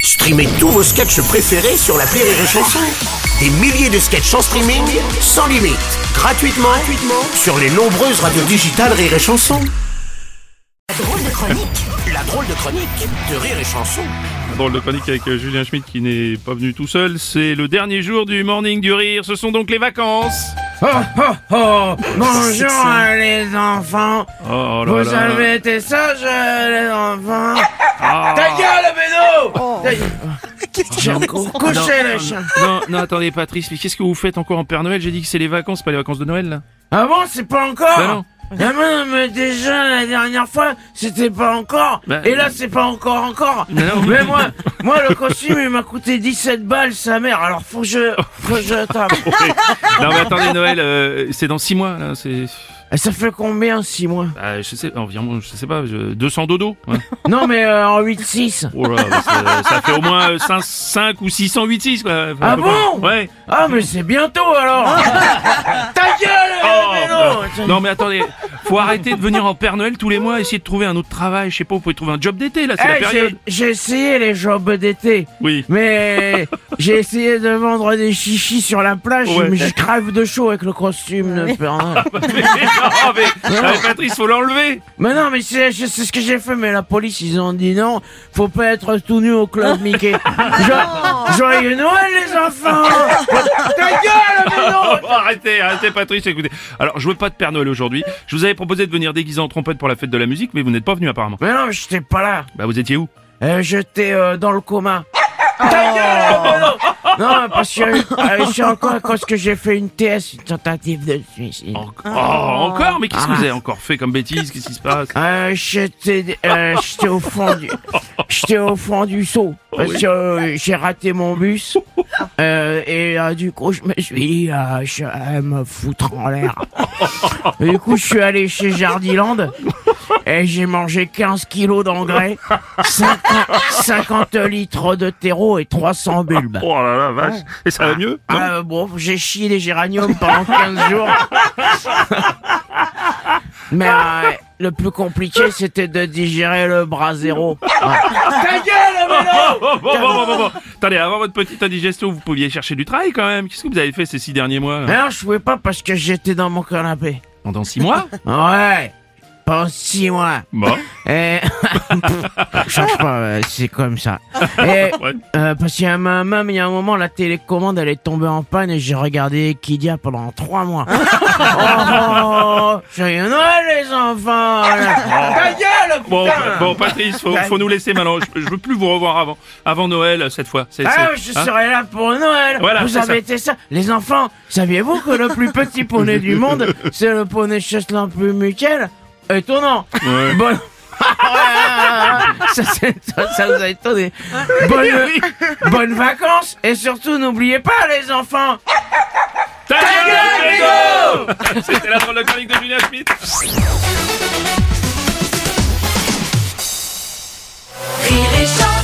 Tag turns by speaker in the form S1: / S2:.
S1: Streamez tous vos sketchs préférés sur la Rire et Chanson. Des milliers de sketchs en streaming, sans limite, gratuitement, gratuitement sur les nombreuses radios digitales Rire et Chanson.
S2: La drôle de chronique.
S1: La drôle de chronique de Rire et Chanson.
S3: La drôle de chronique avec euh, Julien Schmidt qui n'est pas venu tout seul. C'est le dernier jour du Morning du Rire. Ce sont donc les vacances.
S4: Oh, oh, oh Bonjour euh, les enfants
S3: Oh,
S4: Vous avez été sages euh, les enfants
S3: Ah.
S4: Ta gueule Bédo Ta gueule. Cou- Couchez le chat
S3: Non, non, attendez, Patrice, mais qu'est-ce que vous faites encore en Père Noël J'ai dit que c'est les vacances, pas les vacances de Noël, là.
S4: Ah bon c'est pas
S3: Bah non.
S4: encore Ah non, mais déjà la dernière fois c'était pas encore
S3: Bah,
S4: Et là c'est pas encore encore
S3: Mais Ben non.
S4: Mais moi moi le costume il m'a coûté 17 balles sa mère alors faut que je faut que je tape
S3: Non, mais attendez, Noël, euh, c'est dans 6 mois, là. C'est.
S4: Et Ça fait combien 6 mois
S3: Ah, je sais, environ, je sais pas, je- 200 dodo. ouais.
S4: Non mais euh, en 8-6
S3: Oh là, bah, ça, ça fait au moins 5, ou 686, quoi.
S4: Ah bon
S3: Ouais.
S4: Ah mais c'est bientôt alors Ta
S3: Oh,
S4: gueule
S3: Non,
S4: Vélo
S3: non, mais attendez, faut arrêter de venir en Père Noël tous les mois, essayer de trouver un autre travail. Je sais pas, vous pouvez trouver un job d'été là, c'est la
S4: Eh,
S3: période.
S4: j'ai- J'ai essayé les jobs d'été,
S3: Oui.
S4: mais j'ai essayé de vendre des chichis sur la plage,
S3: Ouais. Ah, bah.
S4: mais je crève de chaud avec le costume. hein. de Père Noël.
S3: mais, non, mais, ah, mais Patrice, faut l'enlever.
S4: mais non, mais c'est je- c'est ce que j'ai fait, mais la police, ils ont dit non, faut pas être tout nu au club Mickey.
S3: Ah,
S4: Jo- Joyeux Noël les enfants Ta gueule Vélo
S3: Oh, arrêtez, arrêtez Patrice, écoutez. Alors, je veux pas de Père Noël aujourd'hui. Je vous avais proposé de venir déguisé en trompette pour la fête de la musique, mais vous n'êtes pas venu apparemment.
S4: Mais non, mais j'étais pas là.
S3: Bah, vous étiez où
S4: Euh, J'étais euh, dans le coma. Ta gueule, Bruno Non, parce que euh, je suis encore parce que j'ai fait une TS, une tentative de suicide.
S3: En- oh, encore Mais qu'est-ce que
S4: Ah.
S3: vous avez encore fait comme bêtise Qu'est-ce qui se passe
S4: Euh, j'étais euh, j'étais au fond du j'étais au fond du seau parce que euh, j'ai raté mon bus euh, et euh, du coup je me suis dit euh, je vais me foutre en l'air. Et du coup je suis allé chez Jardiland et j'ai mangé 15 kilos d'engrais, 50, 50 litres de terreau et 300 bulbes.
S3: Oh là là, vache. Et ça va mieux Non
S4: Ah, euh, bon, j'ai chié les géraniums pendant 15 jours. Mais euh, le plus compliqué, c'était de digérer le bras zéro.
S3: Oh, bon, bon, bon, bon, bon. Attendez, avant votre petite indigestion, vous pouviez chercher du travail quand même. Qu'est-ce que vous avez fait ces six derniers mois là
S4: Mais non, je pouvais pas parce que j'étais dans mon canapé.
S3: Pendant six mois
S4: Ouais, pendant 6 mois.
S3: Bon.
S4: Et... Pff, Change pas, euh, c'est comme ça. Et,
S3: Ouais.
S4: euh, parce qu'il y a ma- même il y a un moment, la télécommande, elle est tombée en panne et j'ai regardé Kidia pendant 3 mois. oh, oh, oh, joyeux Noël les enfants
S3: Oh.
S4: Ta gueule,
S3: Bon,
S4: putain
S3: bon, Patrice, faut, faut nous laisser maintenant. Je, je veux plus vous revoir avant, avant Noël cette fois. C'est-
S4: Ah,
S3: c'est-
S4: je
S3: hein
S4: serai là pour Noël.
S3: Voilà,
S4: vous
S3: c'est
S4: avez
S3: ça.
S4: été ça. Les enfants, saviez-vous que le plus petit poney du monde, c'est le poney Chetland plus muquel Étonnant.
S3: Ouais.
S4: Bon.
S3: Ah,
S4: ça, c'est- ça, ça vous a étonné. Bonne- Bonnes vacances et surtout n'oubliez pas les enfants.
S3: Ta gueule, Grégo C'était la drôle de chronique de Julien Schmitt.
S2: Rire et chanson.